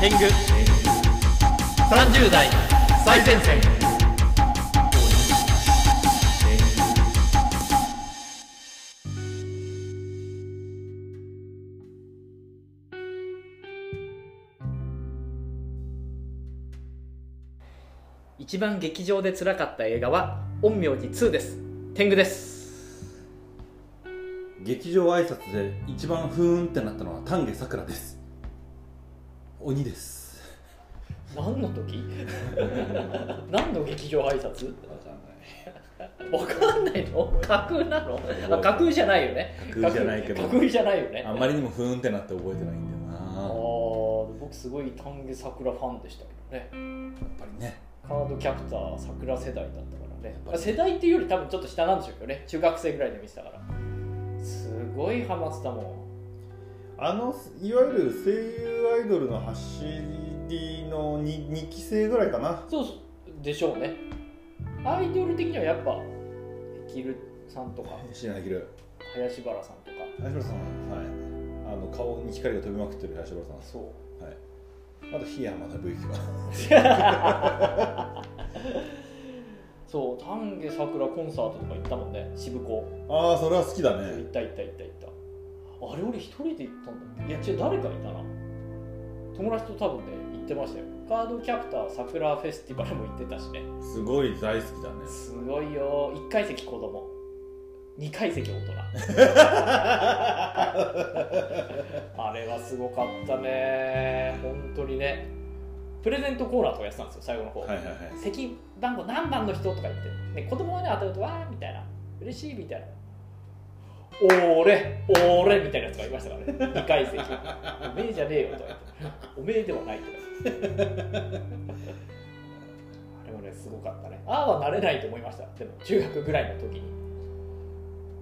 天狗30代最前線一番劇場で辛かった映画は「陰陽師2」です天狗です劇場挨拶で一番ふーんってなったのは丹下さくらです鬼です何の 時何の劇場挨拶わかんわかんないの架空なのあ架空じゃないよね架空じゃないけど架空じゃないよねあんまりにもふーんってなって覚えてないんだよあなー僕すごい丹下桜ファンでしたけどねやっぱりねカードキャプター桜世代だったからやねっぱり世代っていうより多分ちょっと下なんでしょうけどね中学生ぐらいで見てたからすごいハマってたもんあのいわゆる声優アイドルの走りの 2, 2期生ぐらいかなそうでしょうねアイドル的にはやっぱヒキルさんとか椎名できる林原さんとか林原さんはいあの顔に光が飛びまくってる林原さんですそうはいあと檜山信之は そう丹下桜コンサートとか行ったもんね渋子ああそれは好きだ行っねた行った行った行ったあれ俺一人で行ったんだっけいや違う誰かいたな友達と多分ね行ってましたよカードキャプター桜フェスティバルも行ってたしねすごい大好きだねすごいよ1階席子供2階席大人 あれはすごかったね本当にねプレゼントコーナーとかやってたんですよ最後の方、はいはいはい席番号何番の人とか言って、ね、子供がね当たるとわーみたいな嬉しいみたいな俺俺みたいなやつがいましたからね2階席おめえじゃねえよとか言っておめえではないとか言ってあれもねすごかったねああはなれないと思いましたでも中学ぐらいの時に、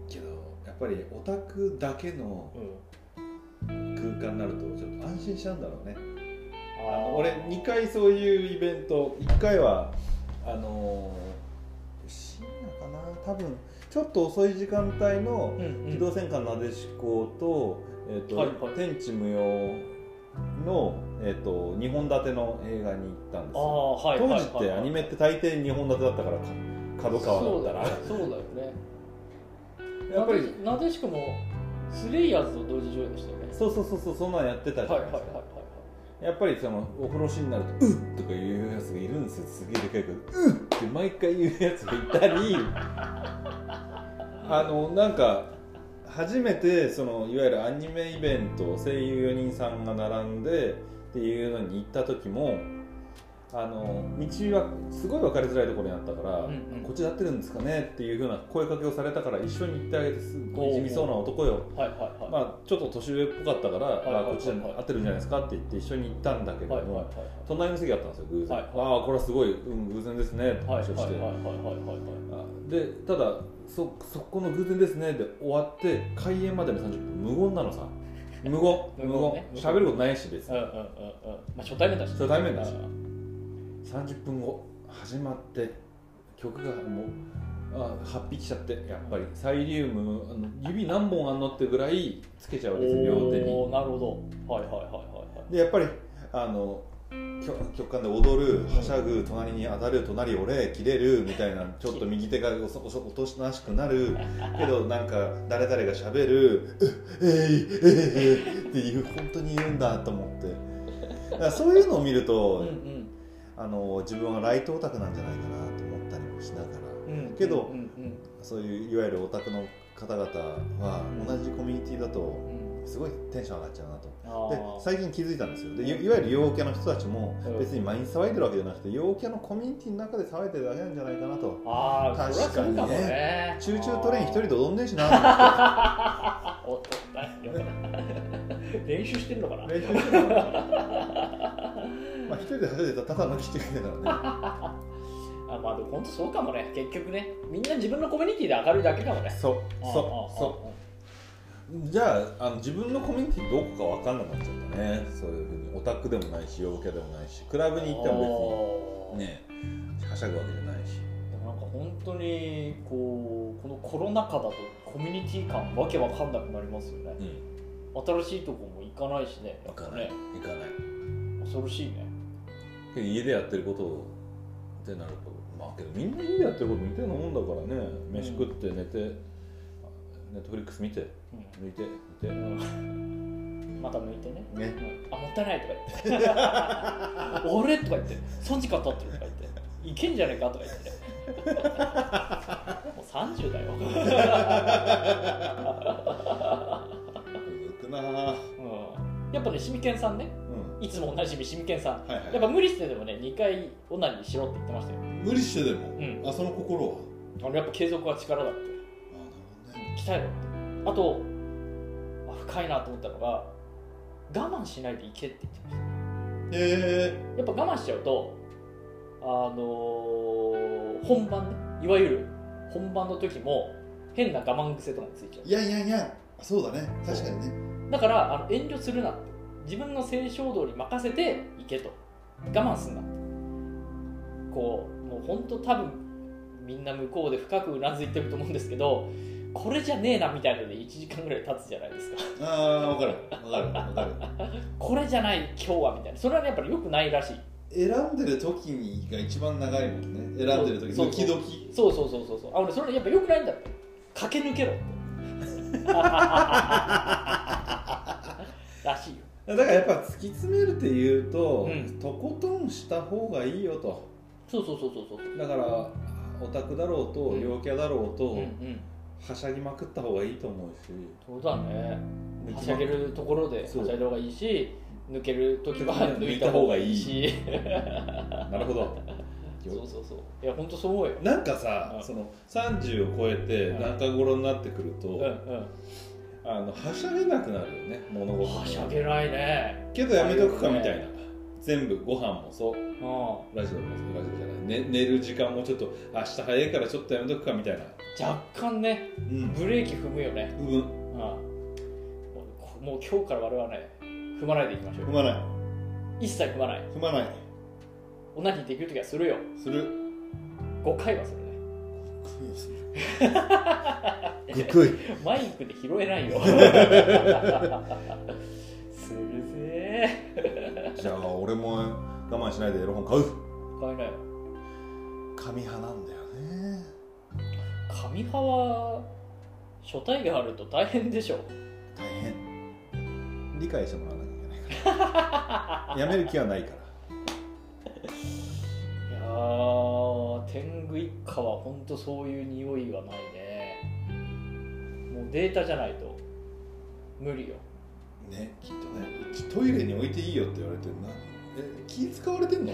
けどやっぱりオタクだけのうん、空間になるとちょっと安心しちゃうんだろうねああーの俺2回そういうイベント1回はあのー深夜かな多分ちょっと遅い時間帯のうんうん機動戦艦なでしこと,、えーとはいはい天地無用の、えー、と2本立ての映画に行ったんですあよあはい当はい時っはいてはいアニメって大抵2本立てだったからか角川だったらそうだよねそうだよねやっぱりなでしこもスレイヤーズと同時上映でしたよねそうそうそうそうそんなんやってたじゃはいなはいいはですいか、はいやっぱりそのお風呂シーンになると「うっ!」とか言うやつがいるんですよすげえでかいから「うっ!」って毎回言うやつがいたりあのなんか初めてそのいわゆるアニメイベント声優4人さんが並んでっていうのに行った時もあの道はすごい分かりづらいところにあったから、うんうんこっちで合ってるんですかねっていうふうな声かけをされたから一緒に行ってあげてすっごい地味そうな男よはいはいはいはいまあ、ちょっと年上っぽかったから、いはいはいあこっちで合ってるんじゃないですかって言って一緒に行ったんだけれども、はいはいはいはい隣の席だったんですよ偶然、はいはいああこれはすごい、うん、偶然ですねってはい話はいをして、はいはいはいはいあでただそそこの偶然ですねで終わって開演までの30分無言な のさ無言無無言言喋ね、ることないし別うんにうんうんうんまあ初対面だし初対面だしうん30分後始まって曲がもうあ発匹しちゃってやっぱりサイリウムあの指何本あんのってぐらいつけちゃうわけですよ両手におーなるほどはいはいはいはいはいでやっぱりあのきょ曲間で踊るはしゃぐ隣に当たる隣俺切れるみたいなちょっと右手がおそおそおとなしくなるけどなんか誰々がしゃべる「うっえいえいえい」っていう本当に言うんだと思ってだからそういうのを見るうと、んあの自分はライトオタクなんじゃないかなと思ったりもしながらうんうんけどうんうんそういういわゆるオタクの方々は同じコミュニティだうとんすごいテンション上がっちゃうなとあでー最近気づいたんですよでいいわゆる陽キャの人たちもうん別に毎日騒いでるわけじゃなくて陽キャのコミュニティの中で騒いでるだけなんじゃないかなとあーそれは確そかうにねかもねチューチュートレイン一人で踊んねえし なあーおっと何練習してんのかな練習してたまあ一人で走ってたらただの来てくれたらねあまあでも本当そうかもね結局ねみんな自分のコミュニティで明るいだけかもねそうそうそそうじゃああの自分のコミュニティどこか分かんなくなっちゃったねそういうふうにオタクでもないし陽キャでもないしクラブに行っても別にねはしゃぐわけじゃないしでもなんか本当にこうこのコロナ禍だとコミュニティ感わけわかんなくなりますよねうん新しいとこも行かないしねやっ行ぱかないね行かない恐ろしいねけど家でやってることってなるとまあけどみんな家でやってることみたいなもんだからね飯食って寝て、ネットフリックス見て抜いて見てうんまた抜いてねねうんあもったいないとか言って俺とか言って3時間経ってるとか言っていけんじゃねえかとか言って もう30だよ、抜くなぁうん、やっぱねシミケンさんねうんいつもおなじみシミケンさんはいはいやっぱ無理してでもね2回オナニーしろって言ってましたよ無理してでも、うんあその心はあのやっぱ継続は力だってあなる鍛えろってあとあ深いなと思ったのが我慢しないでいけって言ってましたほどねえやっぱ我慢しちゃうと、あのー本番ね、いわゆる本番の時も変な我慢癖とかついちゃー、いやいやいやそうだね確かにねう。だからあの遠慮するなって、自分の性衝動に任せていけと、我慢すんなって。こう、もう本当多分みんな向こうで深くうなずいてると思うんですけど、これじゃねえなみたいので1時間ぐらい経つじゃないですか。ああ分かる分かる分かるこれじゃない今日はみたいな。それはねやっぱり良くないらしい。選んでる時にが一番長いもんね選んでる時そうドキドキそうそうそうそうそうあ俺それやっぱ良くないんだって駆け抜けろってらしいよだからやっぱ突き詰めるっていうと、うんとことんした方がいいよとそうそうそうそうそうだからオタクだろうと、うん陽キャだろうと、うんうんはしゃぎまくった方がいいと思うしそうだねもう一番はしゃげるところではしそうゃいだ方がいいし抜ける時は抜抜いいたた方方ががいいいいしなるほど そうそうそういや本当そう思うよなんかさうんその30を超えてうん中頃になってくると、うんうあのはしゃげなくなるよね物ん事はしゃげないねけどやめとくかみたいな、全部ご飯もそううんラジオもそうラジオじゃない、ね、寝る時間もちょっと明日早いからちょっとやめとくかみたいな若干ねうんブレーキ踏むよねうんうんもうもう今日から我々はね踏まないでいきましょ踏うまない一切踏まない踏まないオナニーできる時はするよする 5回はするねぐっくいマイクで拾えないよするぜじゃあ俺も我慢しないでエロ本買う買えないよ紙派なんだよね紙派は書体があると大変でしょ大変理解してもらわなきゃいけない からやめる気はないからいやー天狗一家は本当そういう匂いはないねもうデータじゃないと無理よねきっとねうちトイレに置いていいよって言われてるなえ気使わ れてんの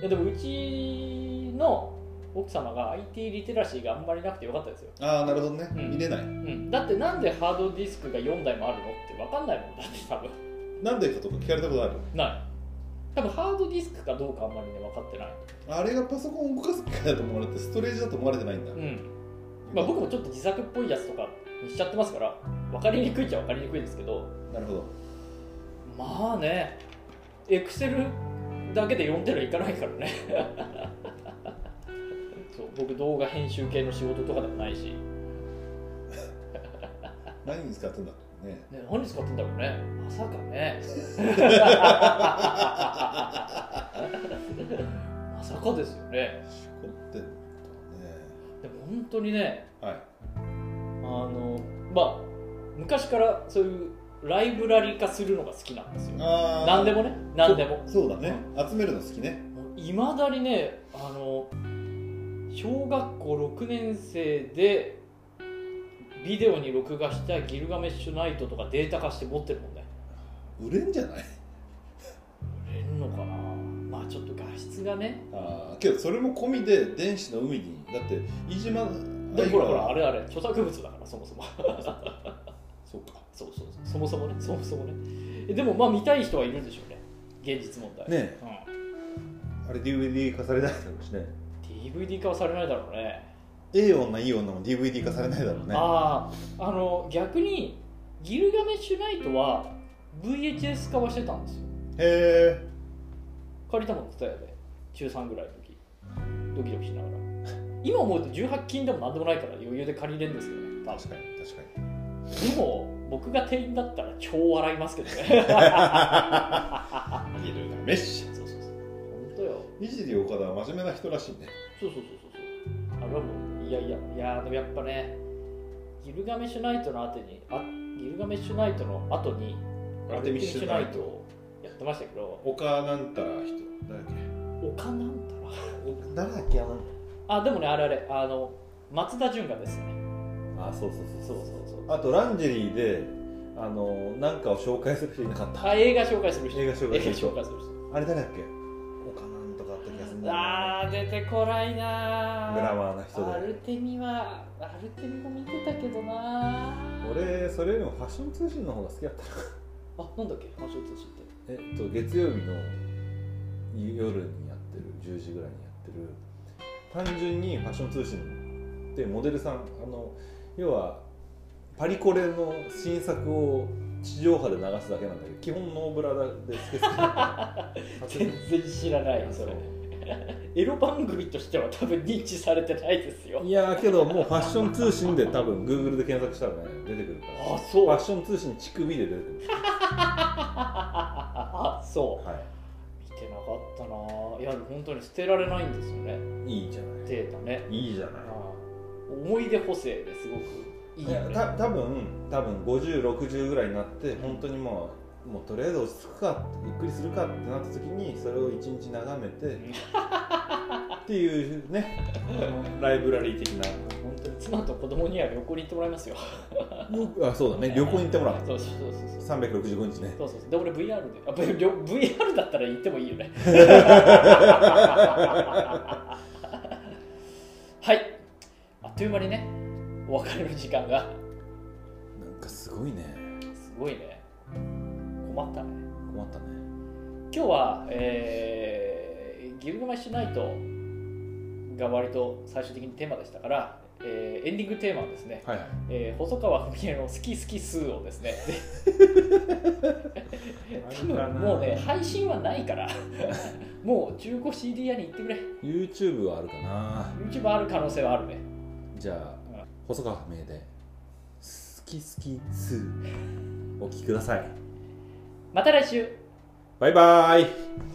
いやでもうちの奥様が IT リテラシーがあんまりなくてよかったですよああなるほどね、うん見れないうん、だってなんでハードディスクが4台もあるのって分かんないもんだって多分なんでかとか聞かれたことあるない多分ハードディスクかどうかあんまりね分かってないあれがパソコンを動かす機械だと思われてストレージだと思われてないんだ、うんまあ僕もちょっと自作っぽいやつとかにしちゃってますから分かりにくいっちゃ分かりにくいですけどなるほどまあねエクセルだけで4テラいかないからね そう僕動画編集系の仕事とかでもないし、何に使ってんだろうねね、何使ってんだろうねまさかね まさかですよねしこってんだねでも本当にねはいあのまあ昔からそういうライブラリ化するのが好きなんですよあー何でもね何でもそうそうだね、集めるの好きねいまだにねあの小学校6年生でビデオに録画したギルガメッシュナイトとかデータ化して持ってるもんね売れんじゃない売れんのかなまあちょっと画質がねああけどそれも込みで電子の海にだって飯島でもほらほらあれれあれ著作物だからそもそもそうかそうそうそうそもそもねそもそもねえでもまあ見たい人はいるんでしょうね現実問題ねえうんあれ DVD 化されないだろうしね DVD 化はされないだろうね、ええ女いい女も DVD 化されないだろうねあああの逆にギルガメッシュナイトは VHS 化はしてたんですよへえ借りたもん伝えで中3ぐらいの時ドキドキしながら今思うと18金でもなんでもないから余裕で借りれるんですけどね多分確かに確かにでも僕が店員だったら超笑いますけ どねいるなメッシそうそうそう本当よ西で岡田は真面目な人らしいねそうそうそうそうそうあれはもういやいやいやでもやっぱねギルガメッシュナイトの後にあギルガメッシュナイトの後にアルテミッシュナイトをやってましたけど岡なんたら人誰だっおかなんたらけ誰だっけあの あでもねあれあれあの松田純がですねあそうそうそうそうそうそうあとランジェリーであのなんかを紹介する人いなかったあ映画紹介する人映画紹介する人映画紹介する人あれ誰だっけ岡なんとかあった気がするんだよなあー出てこないなーグラマーな人アでルテミはアルテミも見てたけどなー俺それよりもファッション通信の 方が好きだったなあなんだっけファッション通信ってえっと月曜日の夜にやってる10時ぐらいにやってる単純にファッション通信でモデルさんあの要はパリコレの新作を地上波で流すだけなんだけど基本ノーブラでスケスケ全 然知らないそれエロ番組としては多分認知されてないですよいやーけどもうファッション通信で多分 Google で検索したらね出てくるからあそうファッション通信乳首で出てくる、 あそはう見てなかったなーいや本当に捨てられないんですよねい、いいじゃなデータねいいいじゃない思い出補正ですごくいいいやよねた多分多分5060ぐらいになって本当にもうもうとりあえず落ち着くかゆっくりするかってなった時にそれを一日眺めてっていうねライブラリー的な本当に妻と子供には旅行に行ってもらいますよあそうだね旅行に行ってもらうそうそうそうそう365日ねそうそうそうで俺 VR であ V- りょ VR だったら行ってもいいよねはいあっという間にねお別れの時間がなんかすごいねすごいね困ったね困ったね今日は、えー、ギルガメッシュナイトが割と最終的にテーマでしたから、えーエンディングテーマはですね、はいはいえー細川文江の「好き好き数」をですねで多分もうね配信はないからもう中古 CD 屋に行ってくれ YouTube はあるかな YouTube ある可能性はあるねじゃうあ細川不明で「好き好き2」お聴きくださいまた来週バイバーイ